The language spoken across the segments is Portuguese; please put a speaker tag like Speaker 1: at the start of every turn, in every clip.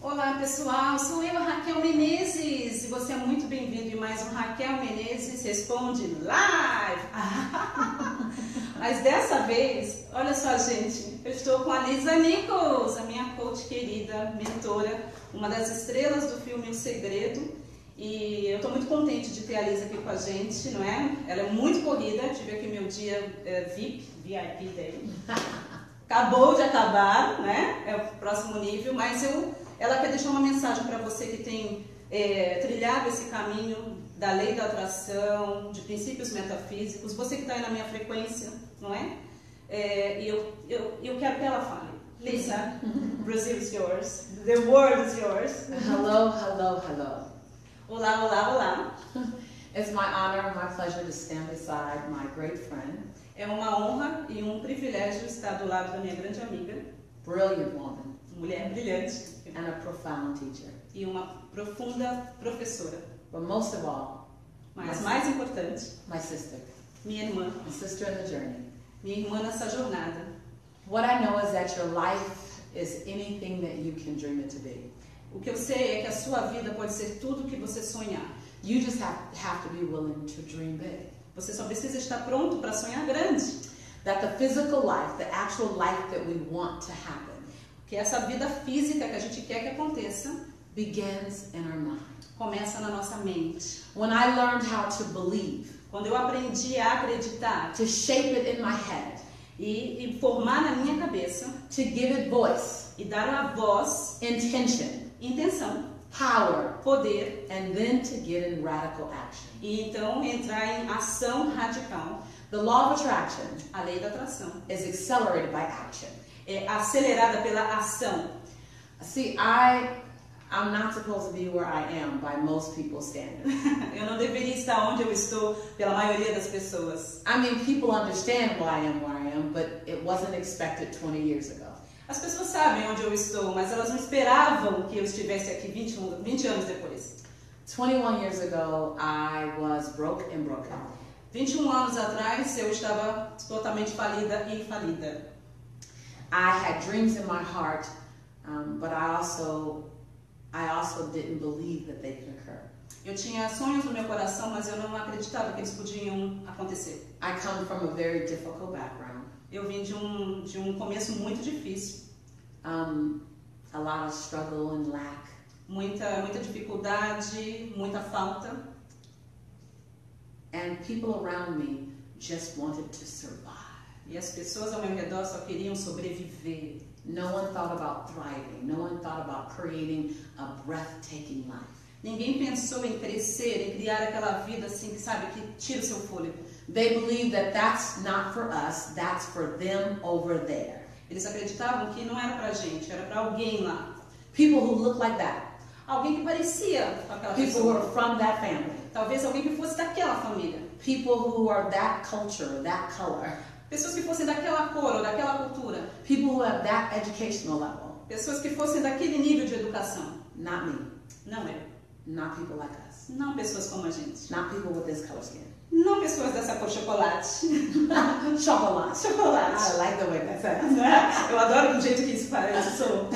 Speaker 1: Olá pessoal, sou eu, Raquel Menezes, e você é muito bem-vindo em mais um Raquel Menezes Responde Live! Mas dessa vez, olha só, gente, eu estou com a Lisa Nichols, a minha coach querida, mentora, uma das estrelas do filme O Segredo. E eu estou muito contente de ter a Lisa aqui com a gente, não é? Ela é muito corrida, tive aqui meu dia é, VIP, VIP dele. Acabou de acabar, né? É o próximo nível, mas eu, ela quer deixar uma mensagem para você que tem é, trilhado esse caminho da lei da atração, de princípios metafísicos, você que está aí na minha frequência, não é? É, e eu, eu, eu quero que ela fale. Lisa, Brazil is yours, the world is yours.
Speaker 2: Hello, hello, hello.
Speaker 1: Olá, olá, olá.
Speaker 2: It's my honor and my pleasure to stand beside my great friend,
Speaker 1: É uma honra e um privilégio estar do lado da minha grande amiga,
Speaker 2: brilliant woman,
Speaker 1: mulher brilhante
Speaker 2: and a profound teacher.
Speaker 1: e uma profunda professora.
Speaker 2: But most of all,
Speaker 1: Mas mais importante,
Speaker 2: my sister,
Speaker 1: minha irmã,
Speaker 2: my sister in the journey.
Speaker 1: minha irmã nessa jornada.
Speaker 2: What I know is that your life is anything that you can dream it to be.
Speaker 1: O que eu sei é que a sua vida pode ser tudo o que você sonhar.
Speaker 2: You just have, have to be willing to dream big.
Speaker 1: Você só precisa estar pronto para sonhar grande.
Speaker 2: That the physical life, the actual life that we want to happen,
Speaker 1: Que essa vida física que a gente quer que aconteça
Speaker 2: begins in our mind.
Speaker 1: começa na nossa mente.
Speaker 2: When I learned how to believe,
Speaker 1: Quando eu aprendi a acreditar
Speaker 2: to shape it in my head,
Speaker 1: e, e formar na minha cabeça
Speaker 2: to give it voice,
Speaker 1: e dar a voz,
Speaker 2: intention,
Speaker 1: intenção,
Speaker 2: power,
Speaker 1: poder
Speaker 2: and then to get in radical action.
Speaker 1: e então entrar em ação radical,
Speaker 2: The law of attraction
Speaker 1: a lei da atração.
Speaker 2: is accelerated by action.
Speaker 1: É acelerada pela ação.
Speaker 2: See, I I'm not supposed to be where I am by most people's standards.
Speaker 1: Eu não deveria estar onde eu estou pela maioria das pessoas.
Speaker 2: I mean, people understand why I am where I am, but it wasn't expected 20 years ago.
Speaker 1: As pessoas sabem onde eu estou, mas elas não esperavam que eu estivesse aqui 21, 20 anos depois.
Speaker 2: 21 years ago, I was broke and broken.
Speaker 1: 21 anos atrás eu estava totalmente falida e falida.
Speaker 2: I had dreams in my heart, um, but I also I also didn't believe that they could occur.
Speaker 1: Eu tinha sonhos no meu coração, mas eu não acreditava que eles podiam acontecer.
Speaker 2: I come from a very difficult background.
Speaker 1: Eu vim de um, de um começo muito difícil,
Speaker 2: um, a lot of struggle and lack.
Speaker 1: muita, muita dificuldade, muita falta.
Speaker 2: And people around me just wanted to survive.
Speaker 1: E as pessoas ao meu redor só queriam sobreviver.
Speaker 2: No one thought about thriving. No one thought about creating a breathtaking life.
Speaker 1: Ninguém pensou em crescer, em criar aquela vida assim, que sabe, que tira o seu fôlego.
Speaker 2: They believed that that's not for us, that's for them over there.
Speaker 1: Eles acreditavam que não era pra gente, era pra alguém lá.
Speaker 2: People who look like that,
Speaker 1: Alguém que parecia com aquela
Speaker 2: people who
Speaker 1: pessoa.
Speaker 2: are from that family,
Speaker 1: Talvez alguém que fosse daquela família.
Speaker 2: people who are that culture, that color,
Speaker 1: Pessoas que fossem daquela cor ou daquela cultura.
Speaker 2: people who have that educational level.
Speaker 1: Pessoas que fossem daquele nível de educação.
Speaker 2: Not me,
Speaker 1: Não é.
Speaker 2: not people like us,
Speaker 1: Não pessoas como a gente.
Speaker 2: not people with this color skin.
Speaker 1: Não pessoas dessa cor chocolate. Né?
Speaker 2: Chocolate.
Speaker 1: chocolate.
Speaker 2: I like the way that sounds.
Speaker 1: Né? Eu adoro o jeito que isso parece. Sou.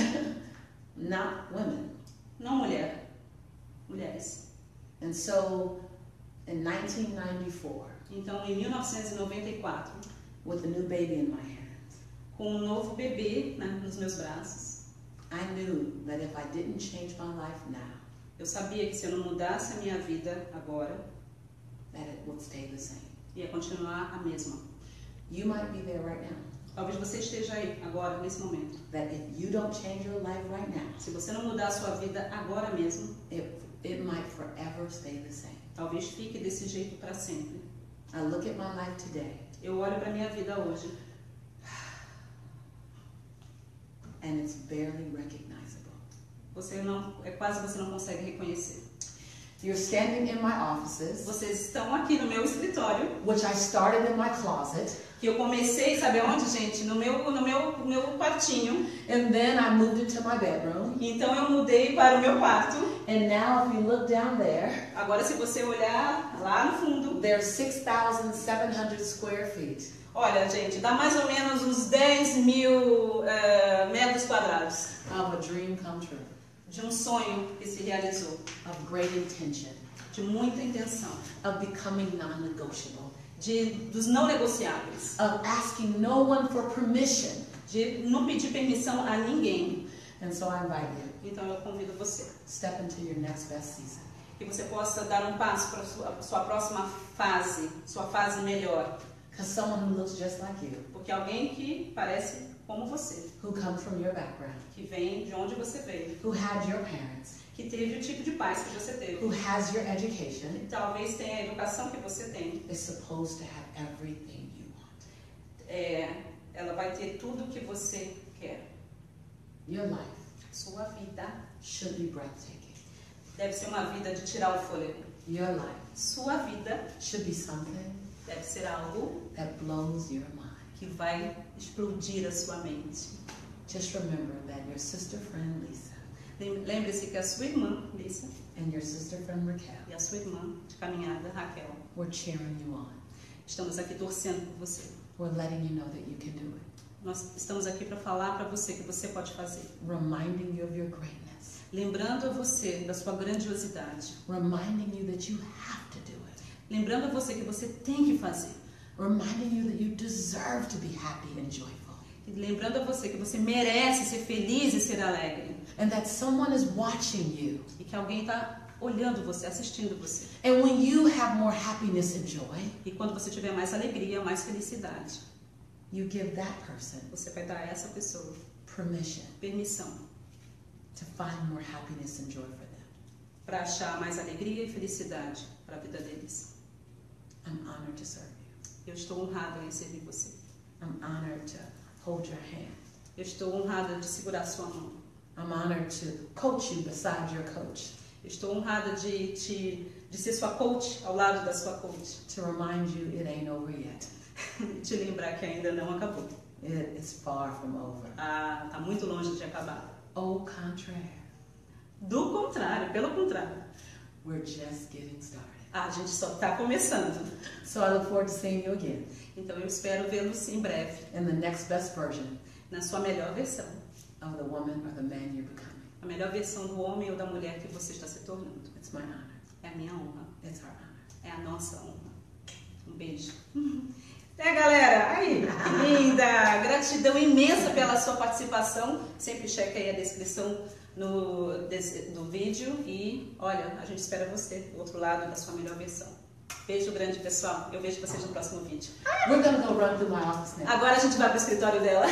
Speaker 2: Not women.
Speaker 1: Não mulher. Mulheres.
Speaker 2: And so in 1994,
Speaker 1: Então, em 1994,
Speaker 2: with a new baby in my hands,
Speaker 1: com um novo bebê né, nos meus braços,
Speaker 2: I knew that if I didn't change my life now,
Speaker 1: eu sabia que se eu não mudasse a minha vida agora,
Speaker 2: that it would stay the same.
Speaker 1: ia continuar a mesma.
Speaker 2: You might be there right now.
Speaker 1: Talvez você esteja aí, agora, nesse momento.
Speaker 2: That if you don't change your life right now,
Speaker 1: Se você não mudar a sua vida agora mesmo,
Speaker 2: it, it might forever stay the same.
Speaker 1: talvez fique desse jeito para sempre.
Speaker 2: I look at my life today
Speaker 1: Eu olho para minha vida hoje
Speaker 2: and it's barely recognizable.
Speaker 1: você não é quase você não consegue reconhecer
Speaker 2: You're standing in my offices,
Speaker 1: vocês estão aqui no meu escritório
Speaker 2: which I started in my closet,
Speaker 1: que eu comecei sabe aonde gente no meu no meu no meu quartinho
Speaker 2: and then I moved into my bedroom.
Speaker 1: então eu mudei para o meu quarto
Speaker 2: And now, if you look down there,
Speaker 1: Agora, se você olhar lá no fundo,
Speaker 2: There's 6,700 square feet.
Speaker 1: olha, gente, dá mais ou menos uns 10 mil eh, metros quadrados
Speaker 2: Of a dream come true.
Speaker 1: de um sonho que se realizou,
Speaker 2: of great intention,
Speaker 1: de muita intenção,
Speaker 2: of becoming non negotiable,
Speaker 1: de dos não negociáveis,
Speaker 2: of asking no one for permission.
Speaker 1: de não pedir permissão a ninguém.
Speaker 2: And so I invite you,
Speaker 1: Então eu convido você
Speaker 2: step into your next best season.
Speaker 1: que você possa dar um passo para a sua, sua próxima fase, sua fase melhor,
Speaker 2: Because someone who looks just like you,
Speaker 1: porque alguém que parece como você,
Speaker 2: who comes from your background,
Speaker 1: que vem de onde você veio,
Speaker 2: who had your parents,
Speaker 1: que teve o tipo de paz que você teve,
Speaker 2: who has your education,
Speaker 1: que talvez tenha a educação que você tem,
Speaker 2: is supposed to have everything you want.
Speaker 1: é, ela vai ter tudo o que você quer.
Speaker 2: Your life
Speaker 1: Sua vida
Speaker 2: should be breathtaking.
Speaker 1: deve ser uma vida de tirar o fôlego.
Speaker 2: Your life
Speaker 1: Sua vida
Speaker 2: should be something
Speaker 1: deve ser algo
Speaker 2: that blows your mind.
Speaker 1: que vai explodir a sua mente.
Speaker 2: Just remember that your sister friend Lisa
Speaker 1: Lem- Lembre-se que a sua irmã, Lisa,
Speaker 2: and your sister friend Raquel
Speaker 1: e a sua irmã de caminhada, Raquel,
Speaker 2: were cheering you on.
Speaker 1: estamos aqui torcendo por você.
Speaker 2: We're letting you know that you can do it,
Speaker 1: Nós estamos aqui para falar para você que você pode fazer.
Speaker 2: reminding you of your greatness,
Speaker 1: Lembrando a você da sua grandiosidade.
Speaker 2: reminding you that you have to do it,
Speaker 1: Lembrando a você que você tem que fazer.
Speaker 2: reminding you that you deserve to be happy and joyful,
Speaker 1: E lembrando a você que você merece ser feliz e ser alegre.
Speaker 2: and that someone is watching you.
Speaker 1: E que alguém está olhando você, assistindo você.
Speaker 2: And when you have more happiness and joy,
Speaker 1: E quando você tiver mais alegria, mais felicidade,
Speaker 2: you give that person
Speaker 1: você vai dar a essa pessoa
Speaker 2: permission
Speaker 1: permissão
Speaker 2: to find more happiness and joy for them.
Speaker 1: para achar mais alegria e felicidade para a vida deles.
Speaker 2: I'm honored to serve you.
Speaker 1: Eu estou honrada em servir você.
Speaker 2: I'm honored to hold your hand.
Speaker 1: Eu estou honrada de segurar sua mão.
Speaker 2: I'm honored to coach you beside your coach,
Speaker 1: Eu estou honrada de, te, de ser sua coach ao lado da sua coach.
Speaker 2: to remind you it ain't over yet.
Speaker 1: Te lembrar que ainda não acabou.
Speaker 2: It is far from over.
Speaker 1: Ah, tá muito longe de acabar.
Speaker 2: Au contraire,
Speaker 1: Do contrário, pelo contrário. Ah,
Speaker 2: we're just getting started.
Speaker 1: A gente só está começando.
Speaker 2: So I look forward to seeing you again
Speaker 1: Então eu espero vê-los em breve,
Speaker 2: in the next best version
Speaker 1: na sua melhor versão.
Speaker 2: of the woman or the man you're becoming.
Speaker 1: A melhor versão do homem ou da mulher que você está se tornando.
Speaker 2: It's my honor.
Speaker 1: É a minha honra.
Speaker 2: It's our honor.
Speaker 1: É a nossa honra. Um beijo. Até galera, aí, que linda! Gratidão imensa pela sua participação. Sempre checa aí a descrição no, des- do vídeo e olha, a gente espera você do outro lado da sua melhor versão. Beijo grande, pessoal. Eu vejo vocês no próximo vídeo.
Speaker 2: É. We're gonna go run through my office now.
Speaker 1: Agora a gente vai pro escritório dela.